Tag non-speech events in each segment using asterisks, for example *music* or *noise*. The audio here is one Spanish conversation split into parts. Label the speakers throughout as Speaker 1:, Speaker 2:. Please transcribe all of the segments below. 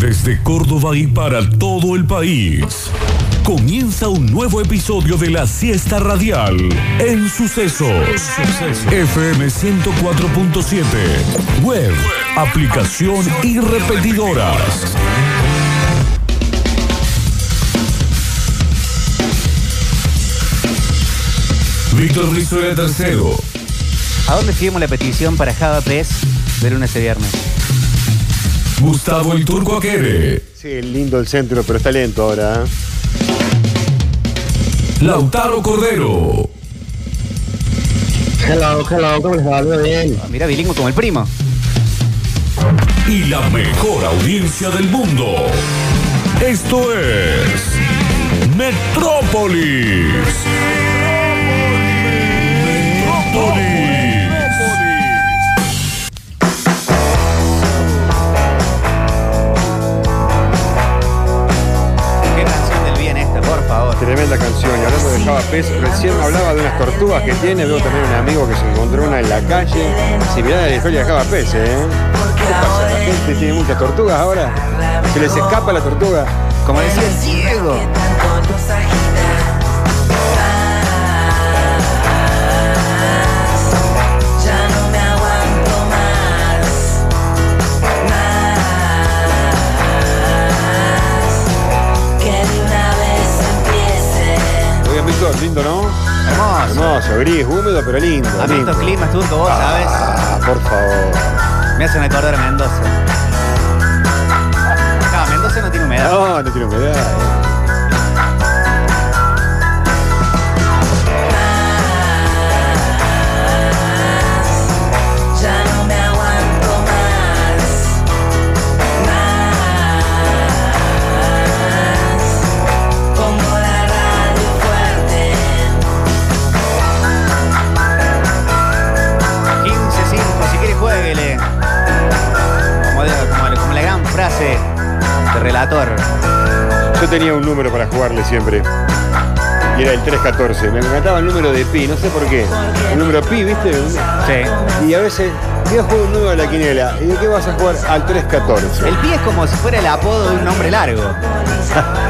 Speaker 1: Desde Córdoba y para todo el país. Comienza un nuevo episodio de la siesta radial en Sucesos. FM 104.7. Web, aplicación y repetidoras. Víctor Rizuela tercero.
Speaker 2: ¿A dónde escribimos la petición para Java Press de lunes a viernes?
Speaker 1: Gustavo el Turco Aquere.
Speaker 3: Sí, lindo el centro, pero está lento ahora. ¿eh?
Speaker 1: Lautaro Cordero.
Speaker 4: Hello, hello, ¿cómo les va? ¿Todo bien?
Speaker 2: Mira, Ah, bilingüe como el primo.
Speaker 1: Y la mejor audiencia del mundo. Esto es Metrópolis. Metrópolis.
Speaker 2: Qué canción del bien esta, por favor.
Speaker 3: Tremenda canción. Y hablando de Java Pez, recién hablaba de unas tortugas que tiene. Veo también un amigo que se encontró una en la calle. Si mirá la historia de Java Pez, ¿eh? ¿Qué pasa? La gente tiene muchas tortugas ahora. Se les escapa la tortuga.
Speaker 2: Como decía el Diego.
Speaker 5: Ya no me aguanto más, más. Que de una vez empiece.
Speaker 3: Muy bien, Víctor, lindo, ¿no?
Speaker 2: Hermoso.
Speaker 3: Hermoso, gris, húmedo, pero lindo.
Speaker 2: A mí
Speaker 3: lindo.
Speaker 2: estos climas, turco, vos sabes.
Speaker 3: Ah, por favor.
Speaker 2: Me hacen acordar a Mendoza. No, Mendoza no tiene humedad.
Speaker 3: No, no tiene humedad.
Speaker 5: Ya no me aguanto más, más. Pongo la radio fuerte.
Speaker 2: 15-5, si quiere jueguele. Como, de- como- como la gran frase de relator.
Speaker 3: Yo tenía un número para jugarle siempre. Y era el 314. Me encantaba el número de pi, no sé por qué. El número pi, ¿viste?
Speaker 2: Sí.
Speaker 3: Y a veces, voy a jugar un número de la quiniela. ¿Y de qué vas a jugar? Al 314.
Speaker 2: El pie es como si fuera el apodo de un nombre largo.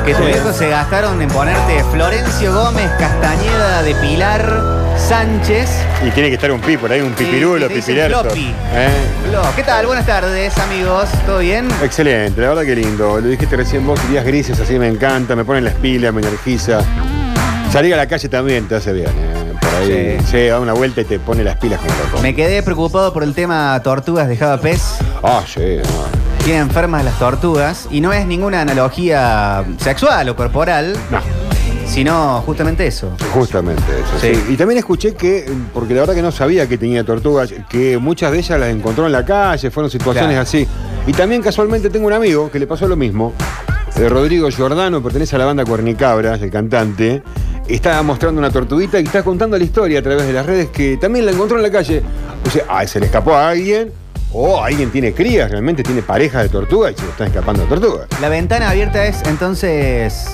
Speaker 2: Que tus viejos se gastaron en ponerte Florencio Gómez, Castañeda de Pilar, Sánchez.
Speaker 3: Y tiene que estar un pi por ahí, un pipirulo,
Speaker 2: Y te dicen
Speaker 3: pipilerto.
Speaker 2: floppy.
Speaker 3: ¿Eh?
Speaker 2: Lo- ¿Qué tal? Buenas tardes, amigos. ¿Todo bien?
Speaker 3: Excelente, la verdad que lindo. Lo dijiste recién vos, días grises así me encanta, me ponen las pilas, me energiza. Salir a la calle también te hace bien. ¿eh? Por ahí
Speaker 2: Sí.
Speaker 3: se da una vuelta y te pone las pilas como loco.
Speaker 2: Me quedé preocupado por el tema tortugas de Java Pez.
Speaker 3: Ah, sí, no.
Speaker 2: Tienen enfermas las tortugas y no es ninguna analogía sexual o corporal,
Speaker 3: No,
Speaker 2: sino justamente eso.
Speaker 3: justamente eso.
Speaker 2: Sí.
Speaker 3: sí. Y también escuché que, porque la verdad que no sabía que tenía tortugas, que muchas de ellas las encontró en la calle, fueron situaciones
Speaker 2: Claro.
Speaker 3: así. Y también casualmente tengo un amigo que le pasó lo mismo. Eh, Rodrigo Giordano pertenece a la banda Cuernicabras, el cantante. Está mostrando una tortuguita y está contando la historia a través de las redes que también la encontró en la calle. O sea, ah, se le escapó a alguien, o alguien tiene crías, realmente tiene parejas de tortuga y se le están escapando a tortugas.
Speaker 2: La ventana abierta es entonces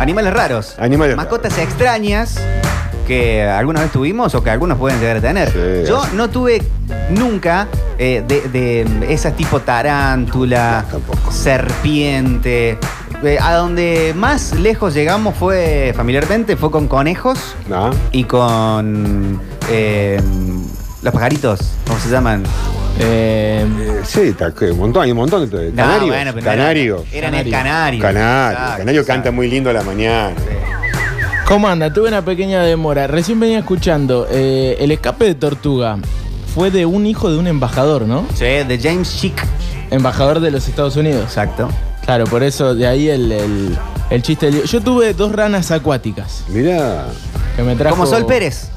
Speaker 2: animales raros.
Speaker 3: Animales
Speaker 2: Mascotas extrañas que alguna vez tuvimos o que algunos pueden llegar a tener.
Speaker 3: Sí,
Speaker 2: Yo
Speaker 3: así.
Speaker 2: no tuve nunca eh, de, de esas tipo tarántula,
Speaker 3: No, tampoco.
Speaker 2: serpiente. Eh, a donde más lejos llegamos fue familiarmente, fue con conejos
Speaker 3: ¿No?
Speaker 2: y con eh, los pajaritos, ¿cómo se llaman?
Speaker 6: Eh,
Speaker 3: Eh, Sí, está- que un montón, hay un montón de
Speaker 2: No,
Speaker 3: canarios.
Speaker 2: bueno, pero no eran-
Speaker 3: canarios.
Speaker 2: Eran el canario.
Speaker 6: Canarios.
Speaker 3: Canario.
Speaker 2: Exacto,
Speaker 3: Canario canta
Speaker 2: exacto.
Speaker 3: muy lindo a la mañana.
Speaker 6: ¿Cómo anda? Tuve una pequeña demora. Recién venía escuchando. eh, el escape de tortuga fue de un hijo de un embajador, ¿no?
Speaker 2: Sí, de James Chick.
Speaker 6: Embajador de los Estados Unidos.
Speaker 2: Exacto.
Speaker 6: Claro, por eso de ahí el, el- el chiste. del- Yo tuve dos ranas acuáticas
Speaker 3: Mirá.
Speaker 6: que me trajo.
Speaker 2: Como Sol Pérez.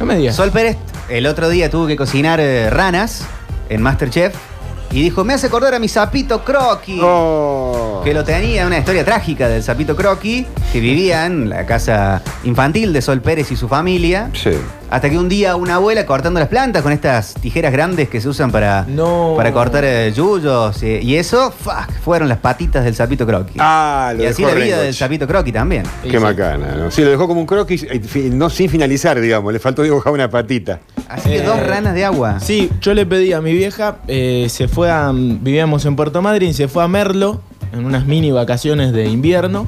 Speaker 6: No me digas.
Speaker 2: Sol Pérez el otro día tuvo que cocinar eh, ranas en Masterchef y dijo, me hace acordar a mi sapito croqui.
Speaker 3: Oh.
Speaker 2: Que lo tenía, una historia trágica del sapito croqui, que vivía en la casa infantil de Sol Pérez y su familia.
Speaker 3: Sí.
Speaker 2: Hasta que un día una abuela cortando las plantas con estas tijeras grandes que se usan para,
Speaker 6: No.
Speaker 2: para cortar eh, yuyos eh, y eso, fuck, fueron las patitas del sapito croqui.
Speaker 3: Ah, lo
Speaker 2: y así la
Speaker 3: dejó
Speaker 2: vida
Speaker 3: Rengoch.
Speaker 2: del sapito croqui también.
Speaker 6: Sí,
Speaker 3: Qué
Speaker 6: sí.
Speaker 3: macana, ¿no? Sí, lo dejó como un croquis, eh, fi- no sin finalizar, digamos. Le faltó dibujar una patita.
Speaker 2: Así que
Speaker 6: Eh,
Speaker 2: dos ranas de agua.
Speaker 6: Sí, yo le pedí a mi vieja, eh, se fue a. mm, Vivíamos en Puerto Madryn, se fue a Merlo en unas mini vacaciones de invierno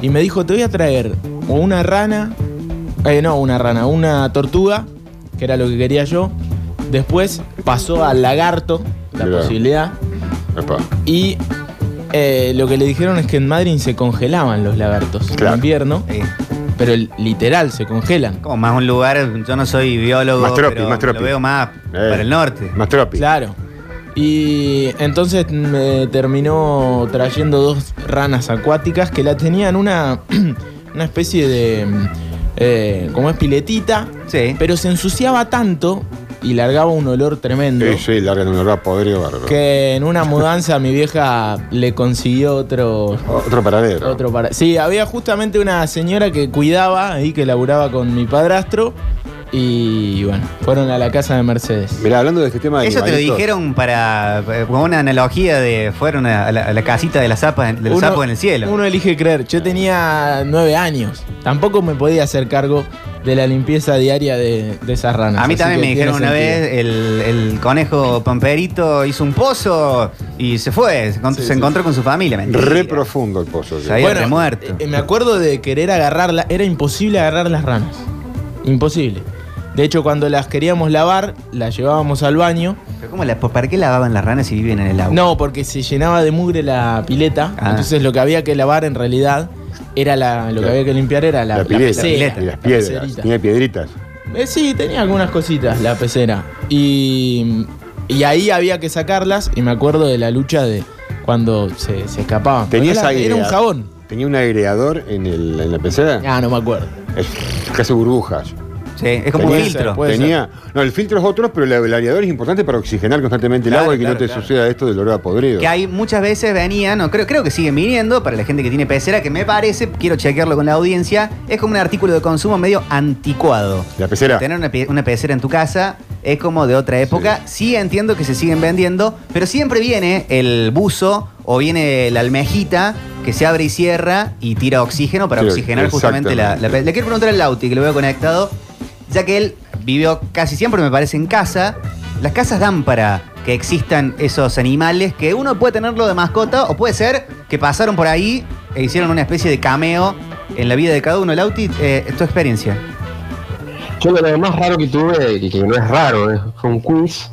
Speaker 6: y me dijo, te voy a traer o una rana, eh, no una rana, una tortuga, que era lo que quería yo. Después pasó al lagarto la
Speaker 3: Mirá.
Speaker 6: posibilidad
Speaker 3: Epa.
Speaker 6: y eh, lo que le dijeron es que en Madrid se congelaban los lagartos
Speaker 3: Claro.
Speaker 6: en invierno,
Speaker 2: Sí.
Speaker 6: pero literal se congelan.
Speaker 2: Como más un lugar, yo no soy biólogo,
Speaker 3: Más tropi,
Speaker 2: pero
Speaker 3: más tropi. Eh,
Speaker 2: lo veo más para el norte.
Speaker 3: Más tropi.
Speaker 6: Claro. Y entonces me terminó trayendo dos ranas acuáticas que la tenían una, *clears throat* una especie de. eh, como es piletita,
Speaker 2: Sí.
Speaker 6: pero se ensuciaba tanto y largaba un olor tremendo.
Speaker 3: Sí, sí, largan un olor a podrido bárbaro.
Speaker 6: Que en una mudanza mi vieja le consiguió otro.
Speaker 3: Otro paradero.
Speaker 6: Otro para. Sí, había justamente una señora que cuidaba ahí, que laburaba con mi padrastro. Y bueno, fueron a la casa de Mercedes.
Speaker 3: Mirá, hablando de este tema de
Speaker 2: Eso te lo
Speaker 3: animalitos,
Speaker 2: dijeron para, con una analogía de fueron a la, a la casita de las zapas, del
Speaker 6: Uno-
Speaker 2: sapo en el cielo.
Speaker 6: Uno elige creer. Yo tenía nueve años. Tampoco me podía hacer cargo de la limpieza diaria de, de esas ranas.
Speaker 2: a mí
Speaker 6: así
Speaker 2: también
Speaker 6: que
Speaker 2: me dijeron
Speaker 6: tiene
Speaker 2: una
Speaker 6: sentido.
Speaker 2: vez, el, el conejo pamperito hizo un pozo y se fue, se, encont- se encontró con su eh, familia. mentira.
Speaker 3: Re profundo el pozo. sí.
Speaker 2: Ahí- había muerto.
Speaker 6: eh, me acuerdo de querer agarrarla. Era imposible agarrar las ranas. Imposible. De hecho, cuando las queríamos lavar, las llevábamos al baño.
Speaker 2: Pero ¿cómo la- ¿Para qué lavaban las ranas si viven en el agua?
Speaker 6: No, porque se llenaba de mugre la pileta.
Speaker 2: Ah.
Speaker 6: Entonces lo que había que lavar en realidad era la. Lo que había que limpiar era la,
Speaker 3: La, pileta,
Speaker 6: pecera,
Speaker 3: y las
Speaker 6: la
Speaker 3: piedras.
Speaker 6: pecerita.
Speaker 3: Tiene piedritas.
Speaker 6: Eh, sí, tenía algunas cositas la pecera. Y, y ahí había que sacarlas. Y me acuerdo de la lucha de cuando se, se escapaban.
Speaker 3: Tenía
Speaker 6: Pero
Speaker 3: esa
Speaker 6: era, era un
Speaker 3: idea.
Speaker 6: jabón.
Speaker 3: ¿Tenía un agregador en, el- en la pecera?
Speaker 6: Ah, no me acuerdo.
Speaker 3: Es casi burbujas.
Speaker 2: Sí, es como un
Speaker 3: Tenía-
Speaker 2: filtro.
Speaker 6: puede
Speaker 3: Tenía. No, el filtro es otro, pero el averiador es importante para oxigenar constantemente el
Speaker 2: Claro,
Speaker 3: agua y que
Speaker 2: claro,
Speaker 3: no te
Speaker 2: claro.
Speaker 3: suceda esto del olor a podrido.
Speaker 2: Que hay muchas veces venían, o creo, creo que siguen viniendo, para la gente que tiene pecera, que me parece, quiero chequearlo con la audiencia, es como un artículo de consumo medio anticuado.
Speaker 3: La pecera.
Speaker 2: Tener una, pe- una pecera en tu casa es como de otra época. Sí. entiendo que se siguen vendiendo, pero siempre viene el buzo o viene la almejita que se abre y cierra y tira oxígeno para
Speaker 3: Sí,
Speaker 2: oxigenar justamente la, la pe- Le quiero preguntar al Lauti, que lo veo conectado, ya que él vivió casi siempre, me parece, en casa. Las casas dan para que existan esos animales que uno puede tenerlo de mascota o puede ser que pasaron por ahí e hicieron una especie de cameo en la vida de cada uno. Lauti, eh, tu experiencia.
Speaker 4: Yo creo que lo más raro que tuve, y que no es raro, es- fue un quiz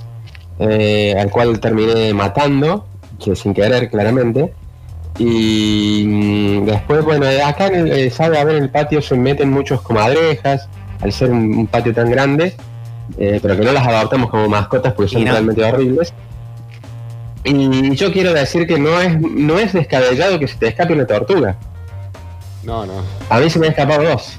Speaker 4: eh, al cual terminé matando, que sin querer claramente. Y mm, después, bueno, eh, acá en el, eh, sabe, a ver, en el patio se meten muchos comadrejas, al ser un, un patio tan grande, eh, pero que no las adoptamos como mascotas porque son
Speaker 2: Y no.
Speaker 4: realmente horribles. Y yo quiero decir que no es, no es descabellado que se te escape una tortuga.
Speaker 3: No, no.
Speaker 4: A mí se me han escapado dos.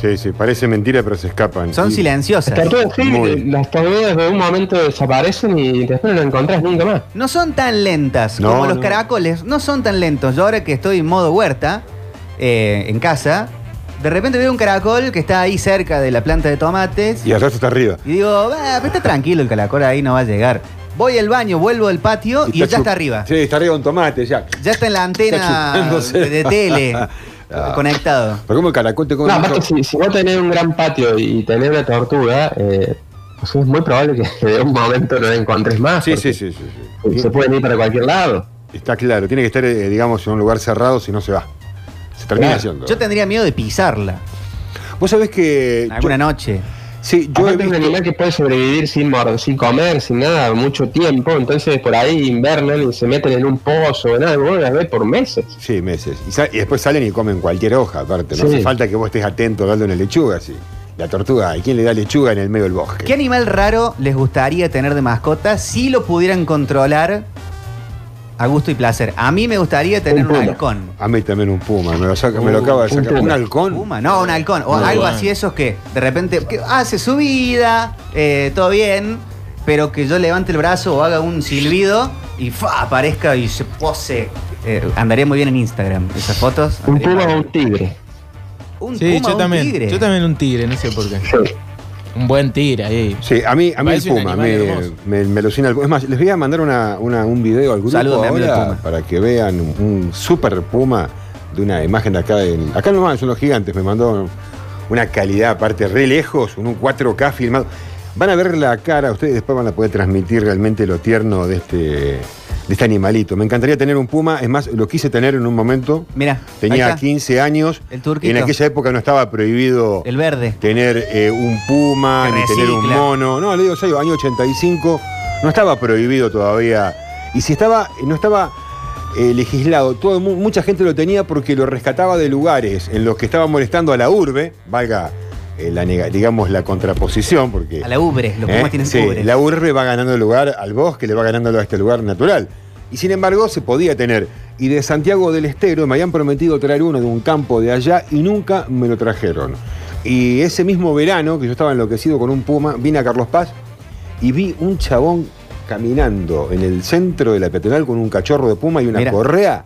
Speaker 3: Sí, sí, parece mentira, pero se escapan.
Speaker 2: Son
Speaker 3: Y-
Speaker 2: silenciosas.
Speaker 4: Las tortugas, sí,
Speaker 3: Muy.
Speaker 4: eh, las tortugas de un momento desaparecen y después no las encontrás nunca más.
Speaker 2: No son tan lentas
Speaker 3: No,
Speaker 2: como los
Speaker 3: no.
Speaker 2: caracoles. No son tan lentos. Yo ahora que estoy en modo huerta, eh, en casa, de repente veo un caracol que está ahí cerca de la planta de tomates.
Speaker 3: Y el resto está arriba.
Speaker 2: Y digo, "Ah, pero está tranquilo, el caracol ahí no va a llegar. Voy al baño, vuelvo del patio y, ya
Speaker 3: chu-
Speaker 2: está arriba.
Speaker 3: Sí, está arriba un tomate ya.
Speaker 2: Ya está en la
Speaker 3: *laughs* Está
Speaker 2: antena
Speaker 3: chupándose.
Speaker 2: de de tele
Speaker 3: Ah.
Speaker 2: conectado.
Speaker 3: Pero como el caracol te
Speaker 4: No,
Speaker 3: come
Speaker 4: aparte,
Speaker 3: mucho-
Speaker 4: si, si vos tenés un gran patio y tenés una tortuga, eh, pues es muy probable que *laughs* de un momento no la encontres más.
Speaker 3: Sí, sí,
Speaker 4: Ah, porque
Speaker 3: sí, sí, sí.
Speaker 4: Se pueden ir para cualquier lado.
Speaker 3: Está claro, tiene que estar, eh, digamos, en un lugar cerrado, si no se va. Se termina
Speaker 4: Claro.
Speaker 3: haciendo.
Speaker 2: Yo tendría miedo de pisarla
Speaker 3: Vos sabés que.
Speaker 2: alguna noche.
Speaker 3: yo- sí, yo
Speaker 4: Yo
Speaker 3: he
Speaker 4: es un
Speaker 3: visto-
Speaker 4: animal que puede sobrevivir sin, mor- sin comer, sin nada, mucho tiempo. Entonces por ahí invernan y se meten en un pozo o nada. Vos las ves por meses.
Speaker 3: Sí, meses. Y, sa- y después salen y comen cualquier hoja, aparte. No
Speaker 4: Sí.
Speaker 3: hace falta que vos estés atento dando una lechuga, sí. La tortuga, ¿y quién le da lechuga en el medio del bosque?
Speaker 2: ¿Qué animal raro les gustaría tener de mascota si lo pudieran controlar a gusto y placer? A mí me gustaría tener
Speaker 4: Un
Speaker 2: un
Speaker 4: puma.
Speaker 2: halcón.
Speaker 3: A mí también un puma, me lo, saca- me lo
Speaker 4: Uh,
Speaker 3: acaba de
Speaker 4: un
Speaker 3: sacar. ¿Un,
Speaker 4: puma.
Speaker 3: halcón?
Speaker 2: Puma, no, un halcón. O
Speaker 6: Muy
Speaker 2: algo
Speaker 6: bueno.
Speaker 2: así, esos que de repente que hace su vida, eh, todo bien, pero que yo levante el brazo o haga un silbido y ¡fa! aparezca y se pose. Eh, andaría muy bien en Instagram esas fotos.
Speaker 4: Un puma
Speaker 2: andaría
Speaker 4: o
Speaker 2: mal.
Speaker 4: un tigre.
Speaker 2: Un
Speaker 6: Sí,
Speaker 2: puma,
Speaker 6: yo
Speaker 2: un
Speaker 6: también.
Speaker 2: tigre.
Speaker 6: Yo también un tigre, no sé por qué.
Speaker 4: Sí.
Speaker 6: Un buen tigre ahí.
Speaker 3: Sí, a mí, a mí el
Speaker 6: Parece un
Speaker 3: puma,
Speaker 6: animal
Speaker 3: me,
Speaker 6: hermoso.
Speaker 3: me, me alucina el puma. Es más, les voy a mandar una, una- un video al grupo
Speaker 2: Saludos, mi amigo
Speaker 3: ahora
Speaker 2: el puma.
Speaker 3: para que vean un, un super puma de una imagen de acá. del- acá nomás son los gigantes, me mandó una calidad aparte re lejos, un 4K filmado. Van a ver la cara, ustedes después van a poder transmitir realmente lo tierno de este, de de este animalito. Me encantaría tener un puma, es más, lo quise tener en un momento.
Speaker 2: Mirá, ahí
Speaker 3: Tenía
Speaker 2: está.
Speaker 3: 15 años.
Speaker 2: El turquito.
Speaker 3: En aquella época no estaba prohibido
Speaker 2: El verde.
Speaker 3: tener eh, un puma,
Speaker 2: Que
Speaker 3: ni tener un
Speaker 2: recicla.
Speaker 3: mono. No, le digo, serio, año 85, no estaba prohibido todavía. Y si estaba, no estaba eh, legislado, todo, mu- mucha gente lo tenía porque lo rescataba de lugares en los que estaba molestando a la urbe, valga eh, la nega- digamos la contraposición, porque
Speaker 2: A la ubre, los
Speaker 3: ¿Eh?
Speaker 2: pumas tienen
Speaker 3: Sí,
Speaker 2: ubre.
Speaker 3: La urbe va ganando lugar al bosque, le va ganando a este lugar natural. Y sin embargo, se podía tener. Y de Santiago del Estero me habían prometido traer uno de un campo de allá y nunca me lo trajeron. Y ese mismo verano, que yo estaba enloquecido con un puma, vine a Carlos Paz y vi un chabón caminando en el centro de la peatonal con un cachorro de puma y una
Speaker 2: Mirá.
Speaker 3: correa.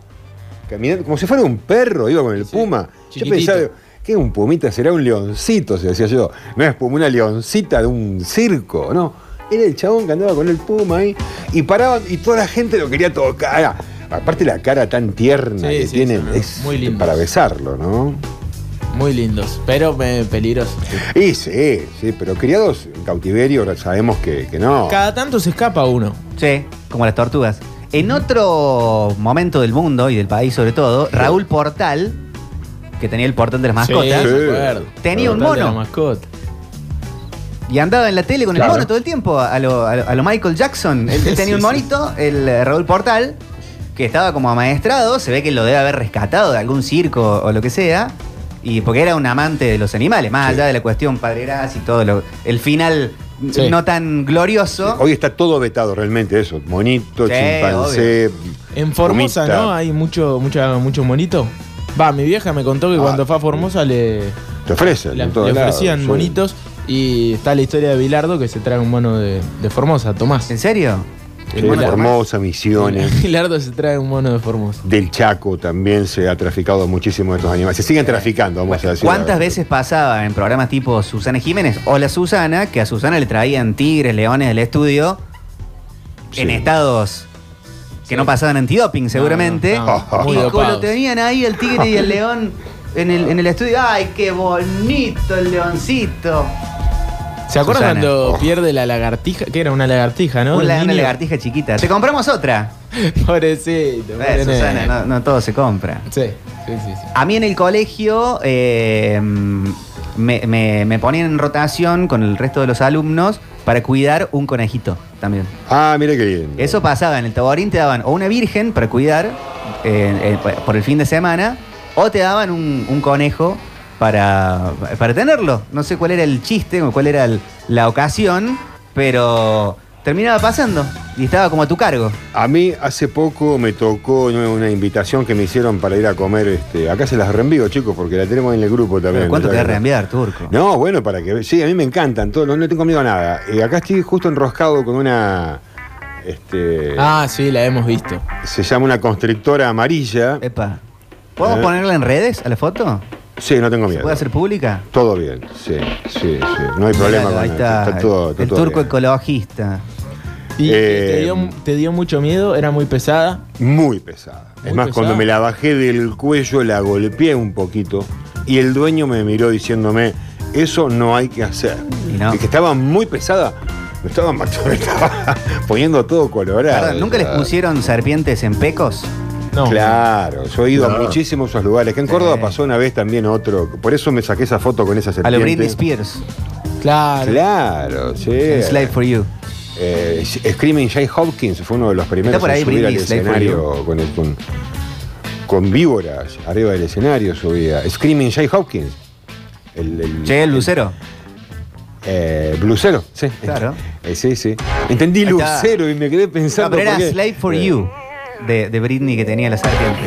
Speaker 3: Caminando como si fuera un perro, iba con el puma. Yo
Speaker 6: chiquitito.
Speaker 3: pensaba, ¿qué es un pumita? Será un leoncito, se decía yo. No es puma, una leoncita de un circo, no. Era el chabón que andaba con el puma ahí y paraban y toda la gente lo quería tocar. Ah, Aparte la cara tan tierna
Speaker 6: Sí,
Speaker 3: que
Speaker 6: sí,
Speaker 3: tienen
Speaker 6: sí,
Speaker 3: es
Speaker 6: muy lindo.
Speaker 3: para besarlo, ¿no?
Speaker 6: Muy lindos, pero eh, peligrosos.
Speaker 3: Y sí, sí, pero criados en cautiverio ahora sabemos que, que no.
Speaker 6: Cada tanto se escapa uno.
Speaker 2: Sí, como las tortugas. En otro momento del mundo y del país sobre todo, Raúl Portal, que tenía el portal de las mascotas,
Speaker 6: Sí,
Speaker 3: Sí.
Speaker 6: me acuerdo.
Speaker 2: Tenía un
Speaker 6: Portal de
Speaker 2: mono.
Speaker 6: la mascota.
Speaker 2: y andaba en la tele con el
Speaker 4: Claro.
Speaker 2: mono todo el tiempo, a lo, a lo- a lo Michael Jackson. Él, él tenía
Speaker 6: Sí,
Speaker 2: un
Speaker 6: sí.
Speaker 2: monito, el eh, Raúl Portal, que estaba como amaestrado, se ve que lo debe haber rescatado de algún circo o lo que sea, y porque era un amante de los animales, más allá de la cuestión padreras y todo lo, el final
Speaker 6: Sí.
Speaker 2: no tan glorioso.
Speaker 3: Hoy está todo vetado realmente eso. Monito,
Speaker 2: Sí,
Speaker 3: chimpancé.
Speaker 6: En Formosa,
Speaker 3: pumita.
Speaker 6: ¿no? Hay mucho, mucha, mucho monito. Va, mi vieja me contó que
Speaker 3: Ah.
Speaker 6: cuando fue a Formosa le,
Speaker 3: Te ofrecen.
Speaker 6: le-
Speaker 3: en todos
Speaker 6: le
Speaker 3: lados,
Speaker 6: ofrecían
Speaker 3: sí.
Speaker 6: monitos. Y está la historia de Bilardo que se trae un mono de, de Formosa, Tomás.
Speaker 2: ¿En serio?
Speaker 3: Sí,
Speaker 6: El mono-
Speaker 3: Formosa,
Speaker 6: *laughs*
Speaker 3: Misiones.
Speaker 6: Bilardo se trae un mono de Formosa.
Speaker 3: Del Chaco también se ha traficado muchísimo de estos animales. Se siguen traficando, vamos a decir.
Speaker 2: ¿Cuántas veces pasaba en programas tipo Susana Jiménez o la Susana que a Susana le traían tigres, leones del estudio
Speaker 3: Sí.
Speaker 2: en estados que no pasaban antidoping seguramente?
Speaker 6: No, no, no, muy
Speaker 2: Y
Speaker 6: dopados.
Speaker 2: lo tenían ahí el tigre
Speaker 3: *laughs*
Speaker 2: y el león en el, en el estudio. ¡Ay, qué bonito el leoncito!
Speaker 6: ¿Se acuerdan
Speaker 2: Susana.
Speaker 6: cuando
Speaker 3: Oh.
Speaker 6: pierde la lagartija? Que era una lagartija, ¿no?
Speaker 2: Una,
Speaker 6: Un
Speaker 2: una
Speaker 6: niño.
Speaker 2: lagartija chiquita. Te compramos otra.
Speaker 6: *laughs* Pobrecito.
Speaker 2: Eh,
Speaker 6: pobre
Speaker 2: Susana,
Speaker 6: nene.
Speaker 2: no, no todo se compra.
Speaker 6: Sí, sí, sí. sí.
Speaker 2: A mí en el colegio eh, me, me- me ponían en rotación con el resto de los alumnos para cuidar un conejito también.
Speaker 3: Ah, mira qué lindo.
Speaker 2: Eso pasaba, en el taborín te daban o una virgen para cuidar eh, eh, por el fin de semana o te daban un, un conejo para, para tenerlo. No sé cuál era el chiste o cuál era el- la ocasión, pero terminaba pasando y estaba como a tu cargo.
Speaker 3: A mí hace poco me tocó ¿no? una invitación que me hicieron para ir a comer. Este, acá se las reenvío, chicos, porque la tenemos en el grupo también.
Speaker 2: Pero ¿Cuánto
Speaker 3: Ya
Speaker 2: te
Speaker 3: que-
Speaker 2: reenviar, Turco?
Speaker 3: No, bueno, para que ve- Sí, a mí me encantan. Todo, no, no tengo miedo a nada. Eh, acá estoy justo enroscado con una. Este,
Speaker 6: Ah, sí, la hemos visto.
Speaker 3: Se llama una constrictora amarilla.
Speaker 2: Epa. ¿Podemos
Speaker 3: Eh.
Speaker 2: ponerla en redes a la foto?
Speaker 3: Sí, no tengo miedo.
Speaker 2: ¿Puede hacer pública?
Speaker 3: Todo bien, sí, sí, sí. No hay
Speaker 2: Claro,
Speaker 3: problema con
Speaker 2: ahí
Speaker 3: eso.
Speaker 2: está.
Speaker 3: todo- Oh, está
Speaker 2: el
Speaker 3: todo
Speaker 2: turco
Speaker 3: bien.
Speaker 2: ecologista.
Speaker 6: ¿Y
Speaker 3: Eh,
Speaker 6: te, dio, te dio mucho miedo? ¿Era muy pesada?
Speaker 3: Muy pesada.
Speaker 6: Muy
Speaker 3: es más,
Speaker 6: pesada.
Speaker 3: cuando me la bajé del cuello, la golpeé un poquito y el dueño me miró diciéndome, eso no hay que hacer.
Speaker 2: Y no.
Speaker 3: Es que estaba muy pesada, me estaba matando, *laughs* me estaba poniendo todo colorado.
Speaker 2: Perdón, ¿Nunca les
Speaker 3: Claro.
Speaker 2: pusieron serpientes en pecos?
Speaker 6: No.
Speaker 3: Claro, yo he ido a muchísimos esos lugares. Que en
Speaker 2: Sí.
Speaker 3: Córdoba pasó una vez también otro. Por eso me saqué esa foto con esa
Speaker 2: A
Speaker 3: serpiente.
Speaker 2: lo Britney Spears.
Speaker 6: Claro.
Speaker 3: Claro, sí.
Speaker 2: en Slide for You.
Speaker 3: Eh, Screaming Jay Hopkins fue uno de los primeros
Speaker 2: Está por ahí
Speaker 3: en subir al
Speaker 2: Britney, Slave for
Speaker 3: escenario con, el- con, con víboras arriba del escenario subía. Screaming Jay Hopkins. El, el-
Speaker 2: Che, el lucero.
Speaker 3: eh, blusero, sí.
Speaker 2: Claro.
Speaker 3: Eh, sí, sí. Entendí
Speaker 2: Ahí está.
Speaker 3: lucero y me quedé
Speaker 2: No,
Speaker 3: pensando.
Speaker 2: pero era
Speaker 3: por qué.
Speaker 2: Slide for
Speaker 3: Eh,
Speaker 2: You de, de Britney que tenía la serpiente.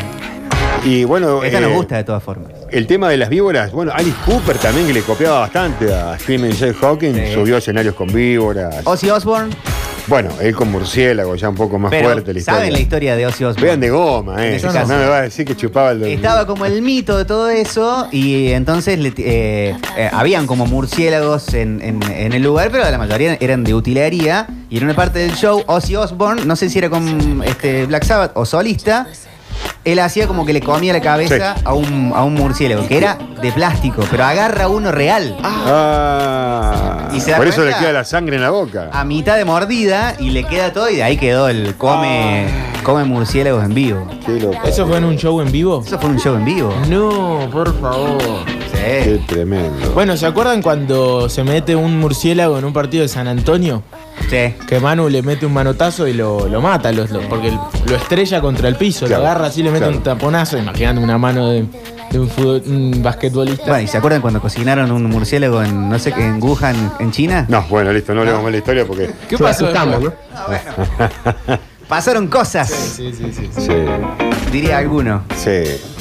Speaker 3: Y bueno,
Speaker 2: Esta
Speaker 3: eh,
Speaker 2: nos gusta de todas formas.
Speaker 3: el tema de las víboras, bueno, Alice Cooper también que le copiaba bastante a Screaming Jay Hopkins,
Speaker 2: Sí.
Speaker 3: subió a escenarios con víboras.
Speaker 2: Ozzy Osbourne,
Speaker 3: Bueno, él con murciélago ya un poco más
Speaker 2: pero
Speaker 3: fuerte la historia.
Speaker 2: ¿saben la historia de Ozzy Osbourne?
Speaker 3: Vean de goma, eh.
Speaker 2: En ese
Speaker 3: No
Speaker 2: caso.
Speaker 3: me va a decir que chupaba el
Speaker 2: Estaba como el mito de todo eso y entonces le ti- eh, eh, habían como murciélagos en, en- en el lugar, pero la mayoría eran de utilería. Y en una parte del show, Ozzy Osbourne, no sé si era con este, Black Sabbath o solista, Él hacía como que le comía la cabeza a, un, a un murciélago, que era de plástico, pero agarra uno real.
Speaker 3: Ah,
Speaker 2: ¿Y se da
Speaker 3: por eso le
Speaker 2: cuenta?
Speaker 3: queda la sangre en la boca.
Speaker 2: A mitad de mordida y le queda todo y de ahí quedó el come, come murciélagos en vivo.
Speaker 3: Qué loco.
Speaker 6: Ah. ¿Eso fue en un show en vivo?
Speaker 2: Eso fue un show en vivo.
Speaker 6: No, por favor.
Speaker 2: Sí.
Speaker 3: Qué tremendo.
Speaker 6: Bueno, ¿se acuerdan cuando se mete un murciélago en un partido de San Antonio?
Speaker 2: Sí.
Speaker 6: Que Manu le mete un manotazo y lo, lo mata, lo- lo- porque lo estrella contra el piso,
Speaker 3: Claro,
Speaker 6: lo agarra así, le mete
Speaker 3: claro.
Speaker 6: un taponazo, imaginando una mano de, de un, fútbol- un basquetbolista.
Speaker 2: Bueno, ¿y se acuerdan cuando cocinaron un murciélago en, no sé qué, en Wuhan, en China?
Speaker 3: No, bueno, listo, no hablemos más de la historia porque.
Speaker 6: ¿Qué
Speaker 4: Nos
Speaker 6: pasó?
Speaker 4: asustamos, ¿no?
Speaker 2: Pasaron cosas,
Speaker 6: *laughs* Sí, sí, sí.
Speaker 3: Sí,
Speaker 2: diría alguno.
Speaker 3: sí.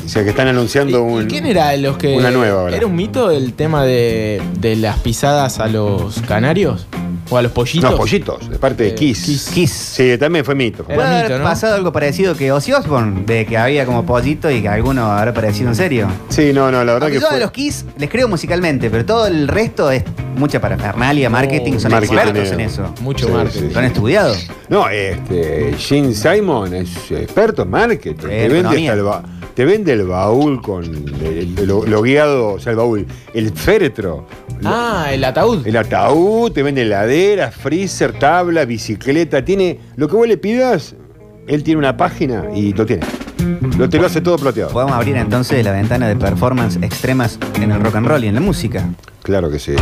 Speaker 3: O sea, que están
Speaker 6: ¿Y,
Speaker 3: anunciando un.
Speaker 6: y quién era de los que.?
Speaker 3: una nueva ahora.
Speaker 6: ¿Era un mito el tema de, de las pisadas a los canarios? ¿O a los pollitos?
Speaker 3: No, pollitos, de parte de
Speaker 6: Eh,
Speaker 3: Kiss.
Speaker 6: Kiss.
Speaker 2: Kiss.
Speaker 3: Sí, también fue mito.
Speaker 6: Era
Speaker 2: Puede haber
Speaker 6: mito, ¿no?
Speaker 2: pasado algo parecido que Ozzy Osbourne, de que había como pollito y que alguno habrá parecido en serio.
Speaker 3: Sí, no, no, la verdad
Speaker 2: Aunque
Speaker 3: que
Speaker 2: yo
Speaker 3: fue.
Speaker 2: a los Kiss les creo musicalmente, pero todo el resto es mucha parafernalia, marketing, son
Speaker 3: Oh, marketing,
Speaker 2: expertos
Speaker 3: eh.
Speaker 2: en eso.
Speaker 6: Mucho
Speaker 3: Sí,
Speaker 6: marketing.
Speaker 3: sí,
Speaker 2: Lo han estudiado.
Speaker 3: No, este, Gene Simon es experto en marketing. Te
Speaker 2: En
Speaker 3: vende,
Speaker 2: Eh, economía.
Speaker 3: hasta el ba- te vende el baúl con el- el- lo, lo guiado, o sea, el baúl, el féretro. lo-
Speaker 6: Ah, el ataúd.
Speaker 3: El ataúd, te vende heladera, freezer, tabla, bicicleta, tiene lo que vos le pidas, él tiene una página y lo tiene. Lo, te lo hace todo plateado.
Speaker 2: Podemos abrir entonces la ventana de performance extremas en el rock and roll y en la música.
Speaker 3: Claro que sí.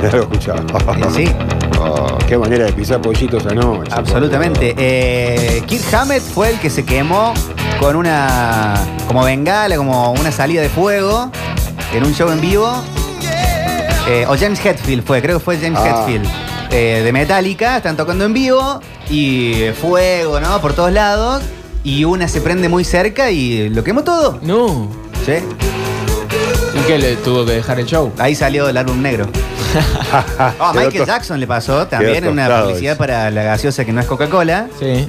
Speaker 3: Claro, escucha.
Speaker 2: Eh, Sí,
Speaker 3: *laughs* Oh, qué manera de pisar pollitos anoche.
Speaker 2: absolutamente. Eh, Kirk Hammett fue el que se quemó con una como bengala, como una salida de fuego en un show en vivo. Eh, o James Hetfield fue, creo que fue James
Speaker 3: Ah.
Speaker 2: Hetfield. eh, de Metallica, están tocando en vivo y fuego, ¿no? Por todos lados. Y una se prende muy cerca y lo quemó todo.
Speaker 6: No.
Speaker 2: ¿Sí?
Speaker 6: ¿Y qué le tuvo que dejar el show?
Speaker 2: Ahí salió el álbum
Speaker 3: *laughs*
Speaker 2: negro. Ah,
Speaker 3: Quedó
Speaker 2: Michael
Speaker 3: to-
Speaker 2: Jackson le pasó también en una
Speaker 3: tostado
Speaker 2: publicidad
Speaker 3: eso.
Speaker 2: para la gaseosa que no es Coca-Cola,
Speaker 6: Sí.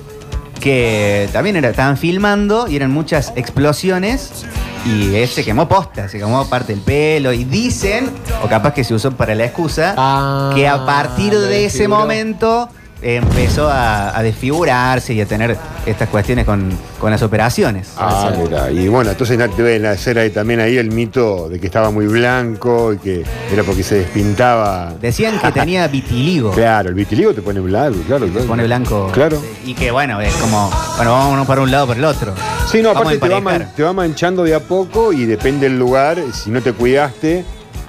Speaker 2: que también era, estaban filmando y eran muchas explosiones y él se quemó posta, se quemó parte del pelo y dicen, o capaz que se usó para la excusa,
Speaker 6: Ah,
Speaker 2: que a partir
Speaker 6: lo
Speaker 2: de ese
Speaker 6: desfiguró.
Speaker 2: momento empezó a, a desfigurarse y a tener estas cuestiones con, con las operaciones.
Speaker 3: Ah, mira. Y bueno, entonces na- deben hacer ahí también ahí el mito de que estaba muy blanco y que era porque se despintaba.
Speaker 2: Decían que
Speaker 3: *laughs*
Speaker 2: tenía vitiligo.
Speaker 3: Claro, el vitiligo te pone blanco, claro.
Speaker 2: Se
Speaker 3: claro.
Speaker 2: pone blanco.
Speaker 3: Claro.
Speaker 2: Y que bueno, es como, bueno, vamos uno para un lado, para el otro.
Speaker 3: Sí, no,
Speaker 2: Vamos a
Speaker 3: aparte te va,
Speaker 2: emparejar.
Speaker 3: man- te va manchando de a poco y depende del lugar, si no te cuidaste,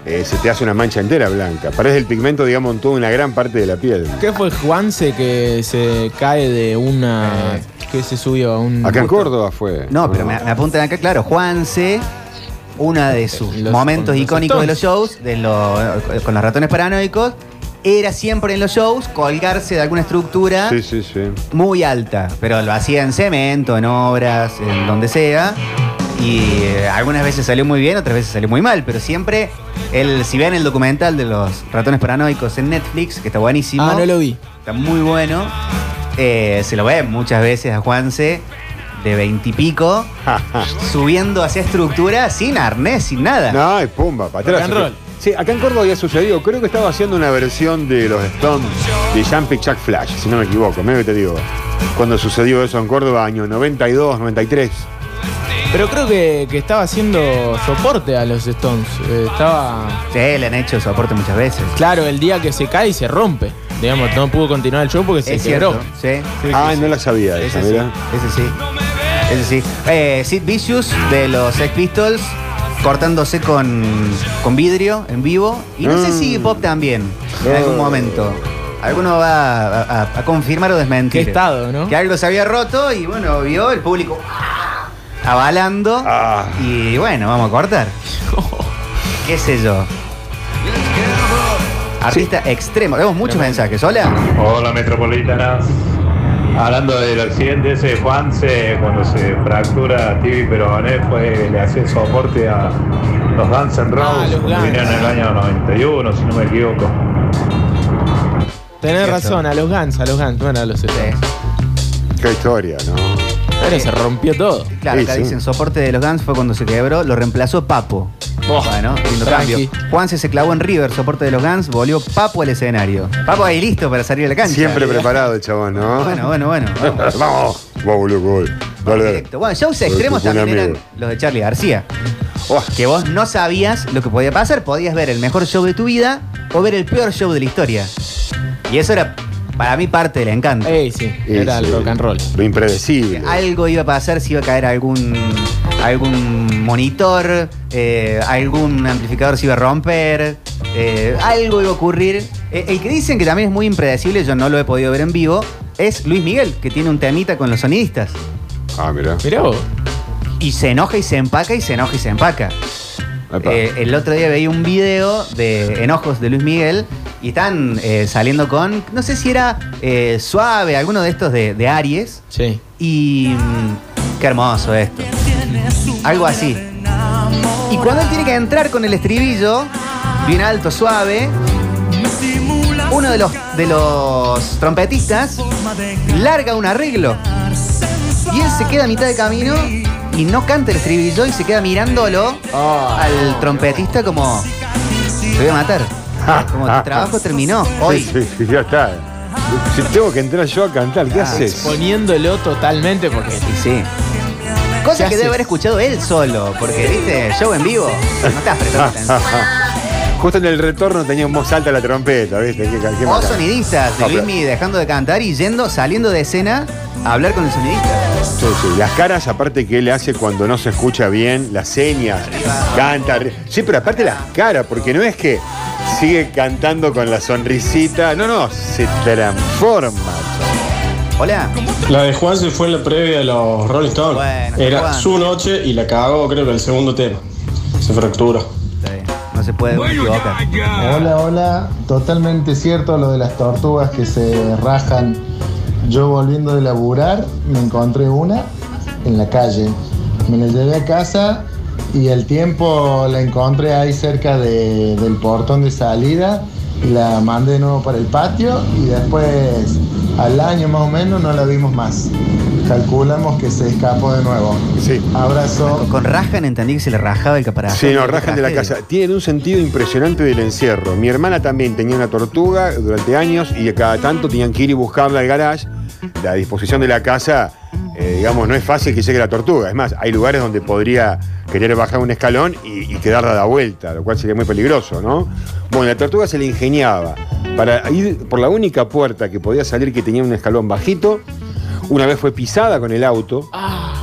Speaker 3: eh, se te hace una mancha entera blanca. Parece el pigmento, digamos, en toda una gran parte de la piel.
Speaker 6: ¿Qué fue Juanse que se cae de una. que se subió a un.
Speaker 3: Acá en
Speaker 6: busto?
Speaker 3: Córdoba fue.
Speaker 2: Eh. No, pero me, me apuntan acá, claro, Juanse, una de sus
Speaker 6: Los-
Speaker 2: momentos
Speaker 6: con los
Speaker 2: icónicos de los shows, de lo- con los ratones paranoicos, era siempre en los shows colgarse de alguna estructura
Speaker 3: Sí, sí, sí.
Speaker 2: muy alta, pero lo hacía en cemento, en obras, en donde sea. Y eh, algunas veces salió muy bien, otras veces salió muy mal, pero siempre, el, si ven el documental de los ratones paranoicos en Netflix, que está buenísimo,
Speaker 6: Ah, no lo vi.
Speaker 2: está muy bueno, eh, se lo ve muchas veces a Juanse, de
Speaker 3: *laughs*
Speaker 2: veintipico, subiendo hacia estructura sin arnés, sin nada.
Speaker 3: No, y pumba, para atrás.
Speaker 6: Rock and roll.
Speaker 3: Sí, acá en Córdoba había sucedido. Creo que estaba haciendo una versión de los Stones de Jumping Jack Flash, si no me equivoco. Mira que te digo. Cuando sucedió eso en Córdoba, año 92, 93.
Speaker 6: Pero creo que, que estaba haciendo soporte a los Stones. Eh, estaba.
Speaker 2: Sí, le han hecho soporte muchas veces.
Speaker 6: Claro, el día que se cae y se rompe. Digamos, no pudo continuar el show porque se
Speaker 2: es
Speaker 6: quebró.
Speaker 2: cierto. Sí.
Speaker 6: Sí,
Speaker 3: Ah,
Speaker 6: sí, sí.
Speaker 3: no la sabía esa,
Speaker 2: Ese sí,
Speaker 3: mira.
Speaker 2: ese sí. Ese sí. Eh, Sid Vicious de los Sex Pistols cortándose con, con vidrio en vivo. Y no sé
Speaker 3: Mm.
Speaker 2: si Pop también, en
Speaker 3: No.
Speaker 2: algún momento. Alguno va a, a- a confirmar o desmentir.
Speaker 6: Qué estado, ¿no?
Speaker 2: Que algo se había roto y bueno, vio el público ¡ah! avalando.
Speaker 3: Ah.
Speaker 2: Y bueno, vamos a
Speaker 6: *laughs*
Speaker 2: cortar. ¿Qué sé yo? Artista extremo. Vemos muchos mensajes. Hola.
Speaker 7: Hola metropolitanas. Hablando del accidente ese de Juanse, cuando se fractura Tibi Peroné, fue le hacía soporte a los Guns N'
Speaker 6: Ah,
Speaker 7: Roses,
Speaker 6: los
Speaker 7: cuando
Speaker 6: Guns.
Speaker 7: vinieron en el año 91, si no me equivoco.
Speaker 6: Tenés
Speaker 2: Cierto.
Speaker 6: razón, a los Guns, a los Guns, no eran a los Stones.
Speaker 3: Qué historia, ¿no?
Speaker 6: Pero se rompió todo.
Speaker 2: Claro,
Speaker 3: Sí,
Speaker 2: acá
Speaker 3: sí.
Speaker 2: dicen soporte de los Guns fue cuando se quebró, lo reemplazó Papo.
Speaker 6: Oh,
Speaker 2: bueno, lindo
Speaker 6: tranqui.
Speaker 2: cambio. Juanse se clavó en River, soporte de los Guns, volvió Papo al escenario. Papo ahí listo para salir a la cancha.
Speaker 3: Siempre preparado el chabón, ¿no?
Speaker 2: Bueno, bueno, bueno. vamos.
Speaker 3: Vamos, vamos, loco. Dale, dale.
Speaker 2: Directo. Bueno, shows
Speaker 3: Lo
Speaker 2: extremos
Speaker 3: escuché un
Speaker 2: también eran
Speaker 3: amigo.
Speaker 2: los de Charlie García.
Speaker 3: Oh,
Speaker 2: Que vos no sabías lo que podía pasar. Podías ver el mejor show de tu vida o ver el peor show de la historia. Y eso era para mí parte del encanto.
Speaker 6: Ey, sí,
Speaker 3: es,
Speaker 6: era el
Speaker 3: eh,
Speaker 6: rock and roll.
Speaker 3: Lo impredecible.
Speaker 2: Algo iba a pasar, si iba a caer algún algún monitor, eh, algún amplificador se iba a romper, eh, algo iba a ocurrir. Eh, el que dicen que también es muy impredecible, yo no lo he podido ver en vivo, es Luis Miguel, que tiene un temita con los sonidistas.
Speaker 3: Ah, mirá.
Speaker 6: Mirá vos.
Speaker 2: Y se enoja y se empaca y se enoja y se empaca.
Speaker 3: Epa.
Speaker 2: Eh, el otro día veía un video de enojos de Luis Miguel y están eh, saliendo con, no sé si era eh, suave, alguno de estos de, de Aries.
Speaker 6: Sí.
Speaker 2: Y mm, qué hermoso esto. Algo así. Y cuando él tiene que entrar con el estribillo, bien alto, suave, uno de los, de los trompetistas larga un arreglo. Y él se queda a mitad de camino y no canta el estribillo y se queda mirándolo al trompetista como, te voy a matar.
Speaker 3: Ah,
Speaker 2: *laughs* Como tu trabajo terminó hoy.
Speaker 3: Sí, sí, ya está. Si tengo que entrar yo a cantar, ¿qué
Speaker 2: Ah,
Speaker 3: haces?
Speaker 6: Poniéndolo totalmente porque.
Speaker 2: Y sí. Cosa que
Speaker 6: haces?
Speaker 2: debe haber escuchado él solo, porque viste, show en vivo, no estás prestando atención.
Speaker 3: Ah, Justo en el retorno tenía un voz alta la trompeta, ¿viste? Qué, qué
Speaker 2: O
Speaker 3: macana.
Speaker 2: sonidistas de
Speaker 3: No, pero-
Speaker 2: Luismi dejando de cantar y yendo, saliendo de escena a hablar con el sonidista.
Speaker 3: Sí, sí. Las caras, aparte que él hace cuando no se escucha bien, las señas, canta. arri- Sí, pero aparte las caras, porque no es que sigue cantando con la sonrisita. No, no, se transforma.
Speaker 2: Hola.
Speaker 8: La de Juan se fue en la previa de los Rolling Stones.
Speaker 2: Bueno,
Speaker 8: Era
Speaker 2: Juan.
Speaker 8: su noche y la cagó, creo que el segundo tema. Se fracturó.
Speaker 2: Está bien, No se puede uno equivocar.
Speaker 9: Hola, hola. Totalmente cierto lo de las tortugas que se rajan. Yo volviendo de laburar me encontré una en la calle. Me la llevé a casa y al tiempo la encontré ahí cerca de- del portón de salida y la mandé de nuevo para el patio y después al año más o menos no la vimos más. Calculamos que se escapó de nuevo.
Speaker 3: Sí.
Speaker 9: Abrazo.
Speaker 2: Con Rajan entendí que se le rajaba el caparazón.
Speaker 3: Sí, no,
Speaker 2: Qué
Speaker 3: rajan de la
Speaker 2: tragedia.
Speaker 3: casa. Tienen un sentido impresionante del encierro. Mi hermana también tenía una tortuga durante años y a cada tanto tenían que ir y buscarla al garage. La disposición de la casa, eh, digamos, no es fácil que llegue la tortuga. Es más, hay lugares donde podría querer bajar un escalón y, y quedar dada vuelta, lo cual sería muy peligroso, ¿no? Bueno, la tortuga se le ingeniaba para ir por la única puerta que podía salir que tenía un escalón bajito. Una vez fue pisada con el auto.
Speaker 5: Ah,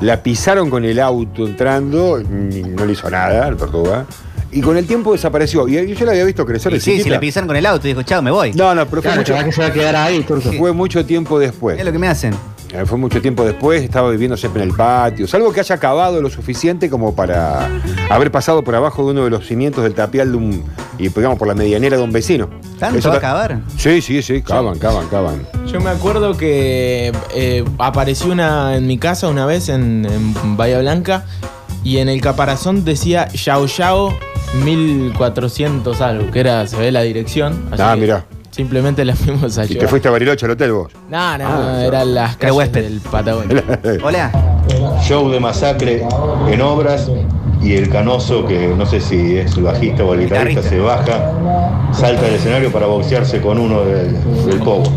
Speaker 3: La pisaron con el auto entrando, ni- no le hizo nada la tortuga. Y con el tiempo desapareció. Y yo la había visto crecer
Speaker 2: Y
Speaker 3: de
Speaker 2: sí, si
Speaker 3: chiquita.
Speaker 2: la pisaron con el auto, dijo, chao, me voy.
Speaker 3: No, no, pero fue,
Speaker 4: Claro,
Speaker 3: mucho,
Speaker 4: que se va a quedar ahí, Turco.
Speaker 3: fue mucho tiempo
Speaker 2: Es
Speaker 3: después.
Speaker 2: lo que me hacen.
Speaker 3: Eh, Fue mucho tiempo después, estaba viviendo siempre en el patio. Salvo que haya acabado lo suficiente como para haber pasado por abajo de uno de los cimientos del tapial de un. y digamos por la medianera de un vecino.
Speaker 2: ¿Tanto
Speaker 3: Eso
Speaker 2: va a
Speaker 3: ta-
Speaker 2: acabar?
Speaker 3: Sí, sí, sí, cavan, cavan, cavan.
Speaker 6: Yo me acuerdo que eh, apareció una en mi casa una vez en, en Bahía Blanca y en el caparazón decía Yao Yao 1400 algo, que era, se ve la dirección.
Speaker 3: Ah,
Speaker 6: que
Speaker 3: mirá.
Speaker 6: Simplemente la *laughs* fuimos a
Speaker 3: Y te
Speaker 6: llevar.
Speaker 3: fuiste a Bariloche al hotel vos.
Speaker 6: No, no,
Speaker 3: Ah,
Speaker 6: eran las calles
Speaker 2: huésped.
Speaker 6: del Patagonia.
Speaker 3: *laughs*
Speaker 2: Hola.
Speaker 7: Show de masacre en obras y el canoso, que no sé si es el bajista o el guitarrista, se baja, salta del escenario para boxearse con uno del, del pogo.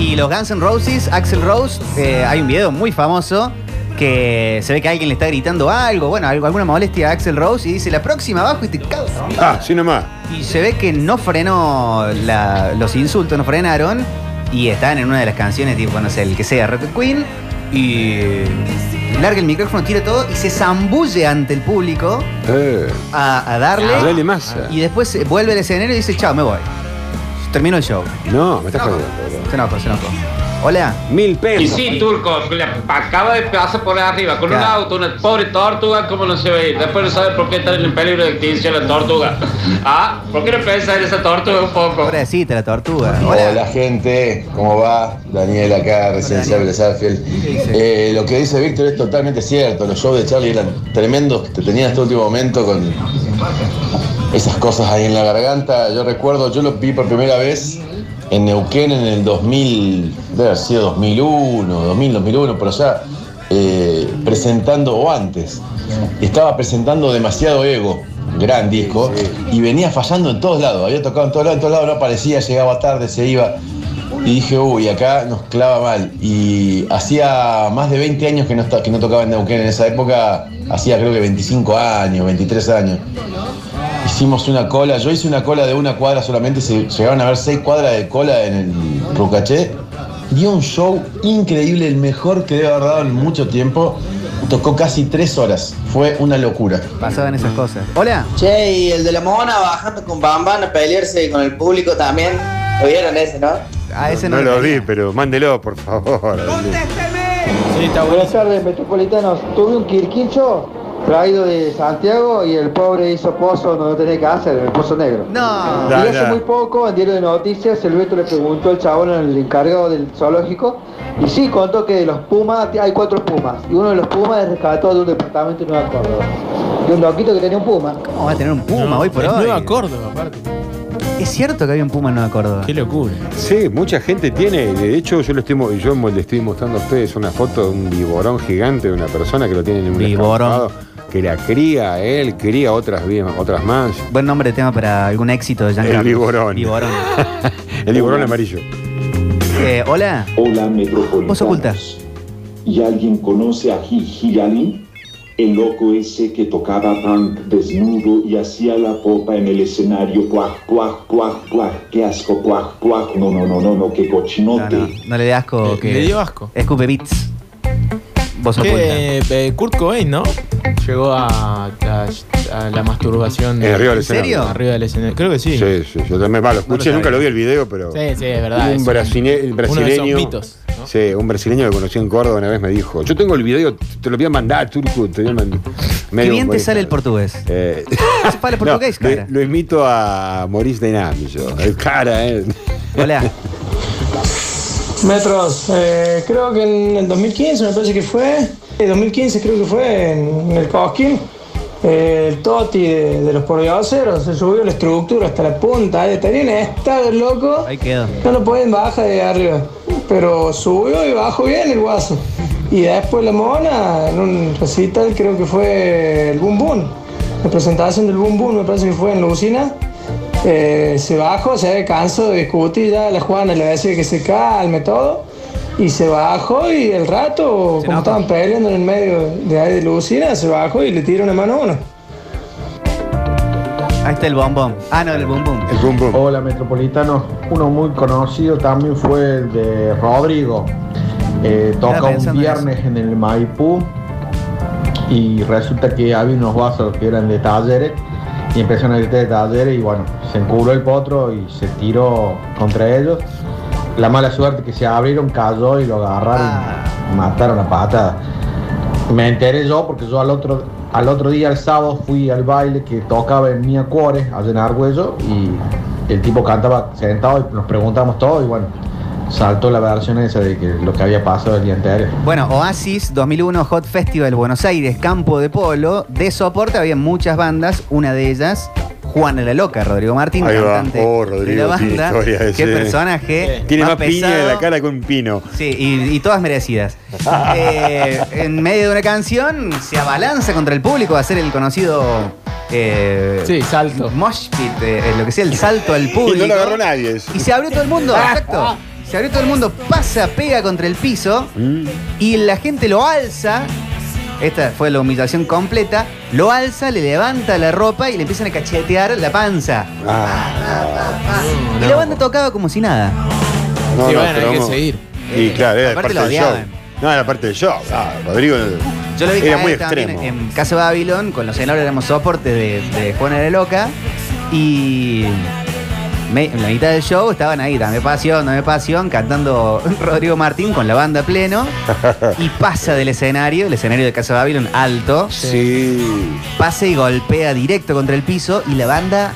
Speaker 2: Y los Guns N' Roses, Axel Rose, eh, hay un video muy famoso que se ve que alguien le está gritando algo, bueno, algo, alguna molestia a Axel Rose y dice, la próxima abajo y te cago.
Speaker 3: Ah, sí nomás.
Speaker 2: Y se ve que no frenó la- los insultos, no frenaron. Y están en una de las canciones, tipo, no sé, el que sea, Rocket Queen. Y larga el micrófono, tira todo y se zambulle ante el público
Speaker 3: Eh, Ah.
Speaker 2: a, a darle.
Speaker 3: dale masa.
Speaker 2: Y después se- vuelve al escenario y dice, chao, me voy. Termino el show.
Speaker 3: No, me estás
Speaker 2: No.
Speaker 3: jodiendo. boludo.
Speaker 2: Se enojó, se enojó. Hola.
Speaker 3: Mil pesos.
Speaker 10: Y sí, turco, le acaba de pasar por arriba con
Speaker 2: Claro.
Speaker 10: un auto, una pobre tortuga, ¿cómo no se va a ir? Después no sabe por qué está en peligro de extinción la *laughs* tortuga. Ah, ¿por qué no pensar en esa tortuga un poco?
Speaker 2: Pobrecita la tortuga. Hola.
Speaker 9: gente, ¿cómo va? Daniel acá,
Speaker 2: recién Hola, Daniel. ¿Qué dice?
Speaker 9: Eh, lo que dice Víctor es totalmente cierto. Los shows de Charlie eran tremendos. Te tenías este último momento con esas cosas ahí en la garganta. Yo recuerdo, yo lo vi por primera vez en Neuquén en el 2000, debe haber sido 2001, 2000, 2001, por allá, eh, presentando o antes. Estaba presentando demasiado ego. Gran disco, y venía fallando en todos lados. Había tocado en todos lados, en todos lados no aparecía, llegaba tarde, se iba.
Speaker 11: y dije, uy, acá nos clava mal. Y hacía más de 20 años que no, esta- que no tocaba en Neuquén. En esa época hacía creo que 25 años, 23 años. Hicimos una cola, yo hice una cola de una cuadra solamente, se llegaron a ver seis cuadras de cola en el Rucaché. Dio un show increíble, el mejor que debe haber dado en mucho tiempo. Tocó casi tres horas, fue una locura.
Speaker 2: Pasaban esas cosas. Hola.
Speaker 12: Che, y el de la mona bajando con Bambana a pelearse con el público también. ¿Lo vieron ese, no?
Speaker 2: Ah,
Speaker 3: no, lo vi, pero mándelo, por favor.
Speaker 13: Buenas tardes, metropolitanos. Tuve un quirquincho traído de Santiago y el pobre hizo pozo donde no tenía que hacer, el pozo negro.
Speaker 2: No.
Speaker 13: Y
Speaker 2: Da,
Speaker 13: hace
Speaker 2: da.
Speaker 13: muy poco, en Diario de Noticias, el Beto le preguntó al chabón, al encargado del zoológico, y sí, contó que de los pumas, hay cuatro pumas, y uno de los pumas es rescatado de un departamento en Nueva Córdoba. De un loquito que tenía un puma.
Speaker 2: ¿Cómo va a tener un puma hoy por
Speaker 13: es
Speaker 2: hoy?
Speaker 13: Nueva
Speaker 6: Córdoba, aparte.
Speaker 2: Es cierto que había un puma en Nueva Córdoba. Qué
Speaker 6: locura.
Speaker 3: Sí, mucha gente tiene. De hecho, yo, lo estoy, mo- yo mo- le estoy mostrando a ustedes una foto de un viborón gigante de una persona que lo tiene en un
Speaker 2: Viborón.
Speaker 3: escampado, Que la cría, él cría otras, bien- otras más.
Speaker 2: Buen nombre de tema para algún éxito de Jean
Speaker 3: El
Speaker 2: Carlos.
Speaker 3: viborón.
Speaker 2: Viborón.
Speaker 3: El viborón amarillo.
Speaker 2: Eh, hola.
Speaker 14: Hola, Metropolitano.
Speaker 2: Vos oculta.
Speaker 14: ¿Y alguien conoce a Gigi Alin? El loco ese que tocaba punk desnudo y hacía la popa en el escenario. Puaj, puaj, puaj, puaj. Qué asco, puaj, puaj. No, no, no, no, no, qué cochinote.
Speaker 2: No le dé asco. que
Speaker 6: le dio asco.
Speaker 2: Escupe beats. Vos oculta.
Speaker 6: Que eh, Kurt Cobain, ¿no? Llegó a, a- a la
Speaker 2: Mm.
Speaker 6: masturbación.
Speaker 3: Eh, arriba del escenario.
Speaker 6: Arriba del escenario. Creo que sí.
Speaker 3: Sí, sí, yo también va, lo escuché,
Speaker 6: sabía.
Speaker 3: nunca lo vi el video, pero.
Speaker 6: Sí, sí, es verdad, es
Speaker 3: Un
Speaker 6: un-
Speaker 3: brasile-
Speaker 6: uno de
Speaker 3: brasileño.
Speaker 6: esos mitos,
Speaker 3: Sí, un brasileño que conocí en Córdoba una vez me dijo: Yo tengo el video, te lo voy a mandar, Turco. Te voy a mandar.
Speaker 2: Qué
Speaker 3: Medio
Speaker 2: bien te
Speaker 3: humorista.
Speaker 2: sale el portugués. *laughs*
Speaker 3: Eh,
Speaker 2: Se fala portugués,
Speaker 3: *laughs* no,
Speaker 2: cara.
Speaker 3: Lo, lo imito a Maurice Denami, yo. El cara, ¿eh? *laughs*
Speaker 2: Hola.
Speaker 15: Metros, eh, creo que en el 2015 me parece que fue, Eh, el 2015 creo que fue en, en el Cosquín, eh, el Toti de, de los pordioseros se subió la estructura hasta la punta, eh, ahí estaría en esta, loco,
Speaker 2: Ahí quedó.
Speaker 15: no lo pueden bajar de arriba, pero subió y bajó bien el guaso. Y después la mona en un recital creo que fue el Boom Boom, la presentación del Boom Boom me parece que fue en la usina. Eh, se bajó, se cansó de discutir, ya la Juana le decía que se calme todo. Y se bajó y el rato, como estaban peleando en el medio de ahí de la usina, se bajó y le tiró una mano a uno.
Speaker 2: Ahí está el bombón. Ah, no, el bombón.
Speaker 3: El bombón.
Speaker 16: Hola Metropolitano, uno muy conocido también fue el de Rodrigo. Eh, toca
Speaker 2: Estaba
Speaker 16: un
Speaker 2: pensando en
Speaker 16: viernes en el Maipú y resulta que había unos vasos que eran de talleres y empezaron a gritar de talleres y bueno, se encubró el potro y se tiró contra ellos. La mala suerte que se abrieron, cayó y lo agarraron
Speaker 2: Ah.
Speaker 16: y mataron a patada. Me enteré yo porque yo al otro, al otro día, el sábado, fui al baile que tocaba en Mia Cuore, allá en Argüello, y el tipo cantaba sentado y nos preguntamos todo y bueno, saltó la versión esa de que lo que había pasado el día anterior.
Speaker 2: Bueno, Oasis 2001 Hot Festival Buenos Aires, Campo de Polo. De soporte había muchas bandas, una de ellas Juana la Loca, Rodrigo Martín,
Speaker 3: Ahí va.
Speaker 2: cantante de
Speaker 3: Oh,
Speaker 2: la
Speaker 3: Rodrigo, tiene
Speaker 2: banda.
Speaker 3: historia
Speaker 2: Qué
Speaker 3: ese.
Speaker 2: personaje.
Speaker 3: Tiene más, piña en
Speaker 2: pesado.
Speaker 3: la cara que un pino.
Speaker 2: Sí, y, y todas merecidas. Eh, en medio de una canción se abalanza contra el público va a hacer el conocido. eh,
Speaker 6: Sí, salto.
Speaker 2: Mosh pit, eh, eh, lo que sea, el salto al público.
Speaker 3: Y no lo agarró nadie. eso.
Speaker 2: Y se abrió todo el mundo,
Speaker 6: Ah.
Speaker 2: exacto. Se abrió todo el mundo, pasa, pega contra el piso
Speaker 3: Mm.
Speaker 2: y la gente lo alza. Esta fue la humillación completa. Lo alza, le levanta la ropa y le empiezan a cachetear la panza. Y la banda tocaba como si nada.
Speaker 3: No,
Speaker 2: Sí,
Speaker 3: no,
Speaker 2: bueno,
Speaker 3: pero
Speaker 2: hay que
Speaker 3: vamos.
Speaker 2: seguir.
Speaker 3: Y
Speaker 2: Eh,
Speaker 3: claro, era
Speaker 2: aparte
Speaker 3: parte
Speaker 2: lo
Speaker 3: del show.
Speaker 2: odiaban.
Speaker 3: No, era parte del show. Ah, Rodrigo
Speaker 2: Yo lo vi
Speaker 3: era
Speaker 2: caer
Speaker 3: muy
Speaker 2: también
Speaker 3: extremo.
Speaker 2: en Casa Babilón, con los senadores éramos soporte de, de Juana la Loca. Y me- en la mitad del show estaban ahí, dame pasión, dame pasión, cantando *laughs* Rodrigo Martín con la banda pleno. Y pasa del escenario, el escenario de Casa Babilón alto.
Speaker 3: Sí.
Speaker 2: Pasa y golpea directo contra el piso y la banda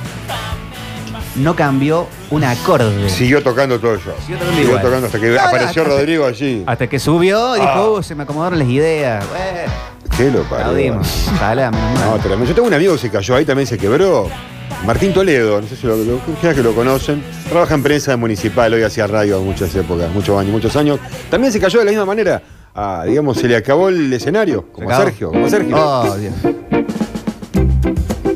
Speaker 2: no cambió un acorde.
Speaker 3: Siguió tocando todo el show. Siguió
Speaker 2: tocando
Speaker 3: Siguió
Speaker 2: igual.
Speaker 3: tocando hasta que
Speaker 2: Ahora,
Speaker 3: apareció
Speaker 2: hasta-
Speaker 3: Rodrigo allí.
Speaker 2: Hasta que subió y dijo,
Speaker 3: Ah.
Speaker 2: "Uh, se me acomodaron las ideas. Bueno,
Speaker 3: ¿Qué lo parió?
Speaker 2: aplaudimos. Ojalá, menos mal.
Speaker 3: No, tremendo. Yo tengo un amigo que se cayó ahí, también se quebró. Martín Toledo, no sé si lo, lo- quizás que lo conocen. Trabaja en prensa municipal, hoy hacía radio muchas épocas, muchos años, muchos años. También se cayó de la misma manera. Ah, digamos, se le acabó el escenario, como a
Speaker 2: acabó.
Speaker 3: Sergio, como a Sergio.
Speaker 2: Oh, Dios.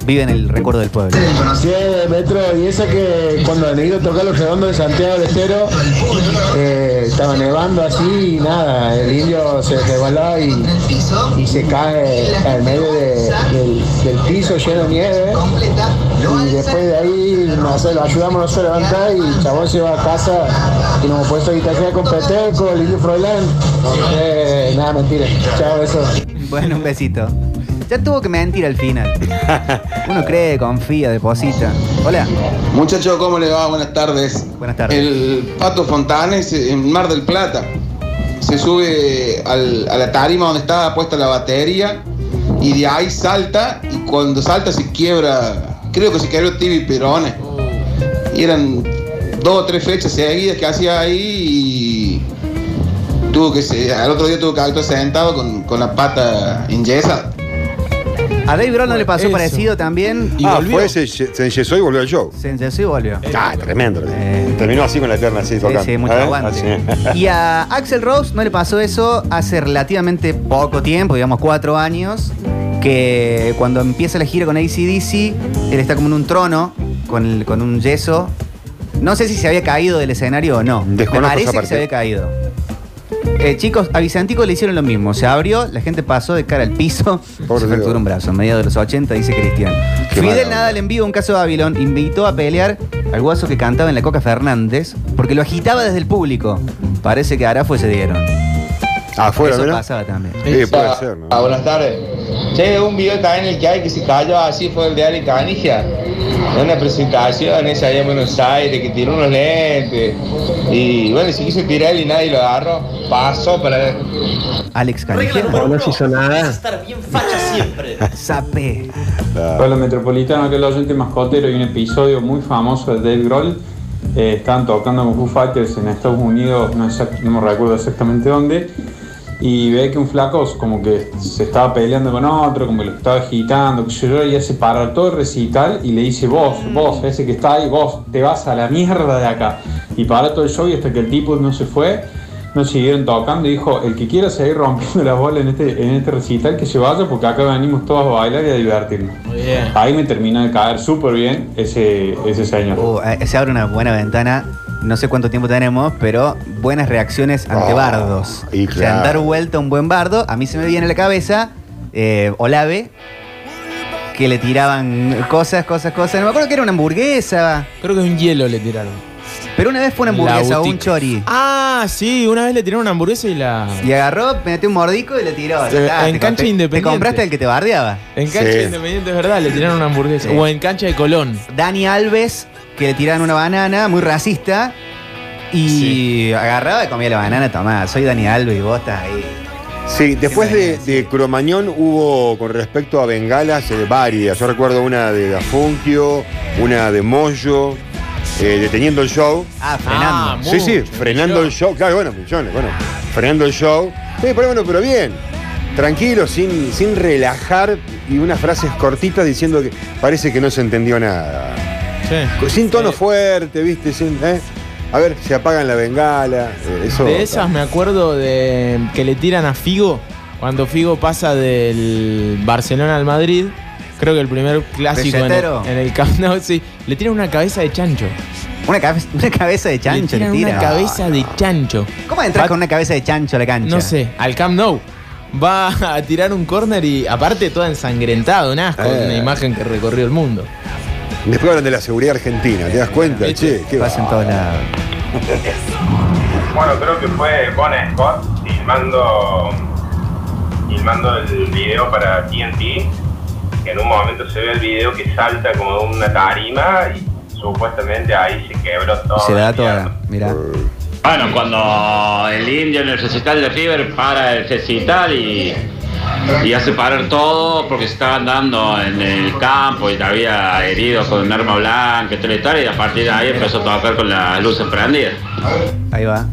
Speaker 2: vive en el recuerdo del pueblo.
Speaker 9: Conocí el Metro y esa que cuando el negro tocó los redondos de Santiago del Estero eh, estaba nevando así y nada, el indio se resbaló y, y se cae al medio de- del, del piso lleno de nieve y después de ahí nos lo ayudamos nosotros a levantar y el chabón se va a casa y nos puso a guitarra con Peteco, el indio Froilán. Eh, nada, mentira. Chao, eso.
Speaker 2: Bueno, un besito. Ya tuvo que mentir al final.
Speaker 3: *laughs*
Speaker 2: Uno cree, confía, deposita. Hola.
Speaker 17: Muchachos, ¿cómo les va? Buenas tardes.
Speaker 2: Buenas tardes.
Speaker 17: El Pato Fontanes eh, en Mar del Plata se sube al- a la tarima donde estaba puesta la batería y de ahí salta y cuando salta se quiebra, creo que se quebró tibia y perones. Y eran dos o tres fechas seguidas que hacía ahí y tuvo que se- al otro día tuvo que actuar sentado con, con la pata enyesada.
Speaker 2: A Dave Grohl no le pasó
Speaker 17: Eso.
Speaker 2: parecido también.
Speaker 3: ah, fue, se, se enyesó y volvió al show.
Speaker 2: Se enyesó y volvió. Eh,
Speaker 3: Ah, tremendo. Terminó así con la pierna así tocando.
Speaker 2: sí, mucho
Speaker 3: ¿Eh?
Speaker 2: aguante. *laughs*
Speaker 3: Así.
Speaker 2: Y a Axel Rose no le pasó eso hace relativamente poco tiempo, digamos cuatro años, que cuando empieza la gira con ACDC, él está como en un trono, con, el- con un yeso. No sé si se había caído del escenario o no.
Speaker 3: Desconozco
Speaker 2: Me parece
Speaker 3: esa
Speaker 2: que
Speaker 3: parte.
Speaker 2: se había caído. Eh, chicos, a Vicentico le hicieron lo mismo. Se abrió, la gente pasó de cara al
Speaker 3: *laughs*
Speaker 2: piso, se fracturó un brazo. En medio de los 80, dice Cristian.
Speaker 3: Qué
Speaker 2: Fidel
Speaker 3: mala
Speaker 2: Nadal en vivo un caso de Babilón invitó a pelear al guaso que cantaba en la Coca Fernández porque lo agitaba desde el público. Parece que ahora fue se dieron.
Speaker 3: Afuera,
Speaker 2: Eso
Speaker 3: ¿verdad?
Speaker 2: pasaba también.
Speaker 3: Sí, puede ser, ¿no?
Speaker 18: Ah, buenas tardes. Che, un video también el que hay que se cayó así fue el de Ali Canigia. En una presentación esa allá en Buenos Aires que tiró unos lentes. Y bueno, se quiso tirar y nadie lo agarró. Pasó para.
Speaker 2: Alex Canigia.
Speaker 4: no se hizo nada.
Speaker 2: Sape.
Speaker 19: Hola Metropolitano, que es el oyente mascotero y un episodio muy famoso de Dave Grohl. Eh, estaban tocando con Foo Fighters en Estados Unidos, no, exact- no me recuerdo exactamente dónde, y ve que un flaco como que se estaba peleando con otro, como que lo estaba agitando, qué sé yo, y hace parar todo el recital y le dice, vos, vos, ese que está ahí, vos, te vas a la mierda de acá. Y para todo el show y hasta que el tipo no se fue, nos siguieron tocando y dijo, el que quiera seguir rompiendo las bolas en este, en este recital, que se vaya porque acá venimos todos a bailar y a divertirnos. Ahí me terminó de caer súper bien ese, ese señor.
Speaker 2: Uh, eh, se abre una buena ventana. No sé cuánto tiempo tenemos, pero buenas reacciones ante
Speaker 3: Oh.
Speaker 2: bardos.
Speaker 3: Ah, y
Speaker 2: O sea,
Speaker 3: claro.
Speaker 2: dar vuelta a un buen bardo. A mí se me viene a la cabeza eh, Olave, que le tiraban cosas, cosas, cosas. No me acuerdo que era una hamburguesa.
Speaker 6: Creo que un hielo le tiraron.
Speaker 2: Pero una vez fue una hamburguesa, un chori.
Speaker 6: Ah, sí, una vez le tiraron una hamburguesa y la.
Speaker 2: Y agarró, metió un mordico y le tiró.
Speaker 6: Eh,
Speaker 2: Ya está,
Speaker 6: en
Speaker 2: te-
Speaker 6: cancha
Speaker 2: te-
Speaker 6: independiente.
Speaker 2: Te compraste el que te bardeaba.
Speaker 6: En cancha independiente, es verdad, le tiraron una hamburguesa.
Speaker 2: Sí.
Speaker 6: O en cancha de Colón.
Speaker 2: Dani Alves, que le tiraban una banana, muy racista. Y agarraba y comía la banana, tomá, soy Dani Alves y vos estás ahí.
Speaker 3: Sí, después de, de Cromañón hubo, con respecto a bengalas, eh, varias. Yo recuerdo una de Gafunquio, una de Moyo, eh, deteniendo el show.
Speaker 2: Ah, frenando.
Speaker 3: sí, sí, frenando el show. Claro, bueno, millones, bueno. Frenando el show. Sí, pero bueno, pero bien. Tranquilo, sin, sin relajar y unas frases cortitas diciendo que parece que no se entendió nada. Sin tono fuerte, viste, sin. eh. A ver, se apagan la bengala. eh, eso.
Speaker 6: de esas me acuerdo de que le tiran a Figo. Cuando Figo pasa del Barcelona al Madrid, creo que el primer clásico en el,
Speaker 2: Belletero.
Speaker 6: en el Camp Nou, sí, le tiran una cabeza de chancho.
Speaker 2: Una, cabe- *laughs* una cabeza de
Speaker 6: le
Speaker 2: chancho le
Speaker 6: tiran
Speaker 2: tira.
Speaker 6: una cabeza de chancho.
Speaker 2: ¿Cómo entras con una cabeza de chancho a la cancha?
Speaker 6: No sé, al Camp Nou. Va a tirar un córner y aparte todo ensangrentado, un asco,
Speaker 3: Eh.
Speaker 6: una imagen que recorrió el mundo.
Speaker 3: Después hablan de la seguridad argentina, ¿te das cuenta? Che, qué
Speaker 2: Pasa Eh, en todos lados.
Speaker 20: Bueno, creo que fue Bon Scott filmando, filmando el video para TNT. que En un momento se ve el video que salta como de una tarima y supuestamente ahí se quebró todo.
Speaker 2: Se da toda. Mirá.
Speaker 10: Bueno, cuando el indio en el recital de River para el recital y, y hace parar todo porque se estaba andando en el campo y había herido con un arma blanca y toda la historia y a partir de ahí empezó a tocar con las luces prendidas.
Speaker 2: Ahí va.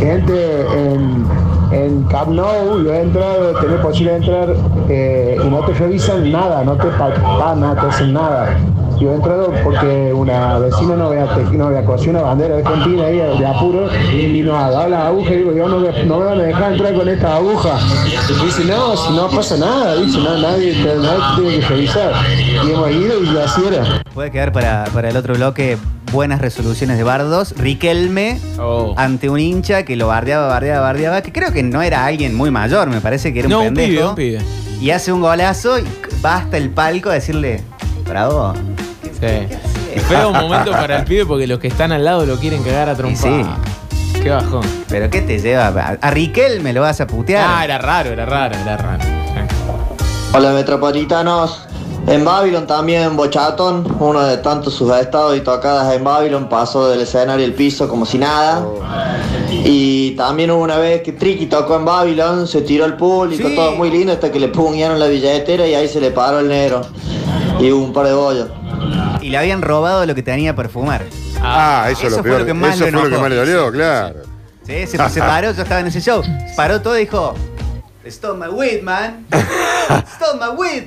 Speaker 9: Gente, en, en Camp Nou yo he entrado, tenés posibilidad de entrar eh, y no te revisan nada, no te palpan, no te hacen nada. Yo he entrado porque una vecina no había, te- no había cosido una bandera de Argentina ahí de apuro y nos ha dado la aguja y digo, yo no, me- no me van a dejar entrar con esta aguja. Y dice, no, si no pasa nada, dice, no, nadie, te- nadie te tiene que revisar. Y hemos ido y así era.
Speaker 2: Puede quedar para, para el otro bloque buenas resoluciones de Bardos. Riquelme
Speaker 6: Oh.
Speaker 2: ante un hincha que lo bardeaba, bardeaba, bardeaba, que creo que no era alguien muy mayor, me parece que era un
Speaker 6: No, un
Speaker 2: pendejo.
Speaker 6: pibe, un pibe.
Speaker 2: Y hace un golazo y va hasta el palco a decirle, bravo.
Speaker 6: Sí. Feo momento para el pibe porque los que están al lado lo quieren cagar a trompada. Qué bajón.
Speaker 2: Pero ¿qué te lleva? A, a Riquelme lo vas a putear.
Speaker 6: Ah, era raro, era raro, era raro.
Speaker 12: Hola metropolitanos. En Babylon también Bochatón, uno de tantos sus estados y tocadas en Babylon, pasó del escenario al piso como si nada.
Speaker 3: Oh.
Speaker 12: Y también hubo una vez que Tricky tocó en Babylon, se tiró al público, todo muy lindo, hasta que le puñaron la billetera y ahí se le paró el negro. Y hubo un par de bollos.
Speaker 2: Y le habían robado lo que tenía para fumar.
Speaker 3: Ah, eso, es lo
Speaker 2: fue
Speaker 3: peor.
Speaker 2: que más
Speaker 3: eso
Speaker 2: lo
Speaker 3: fue lo que
Speaker 2: enojó.
Speaker 3: más le dolió, claro.
Speaker 2: Sí, se, se paró, yo estaba en ese show. Se Paró todo y dijo, Stop my weed, man. Stop my weed.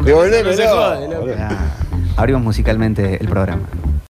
Speaker 3: Devolvémelo.
Speaker 2: Ah, Abrimos musicalmente el programa.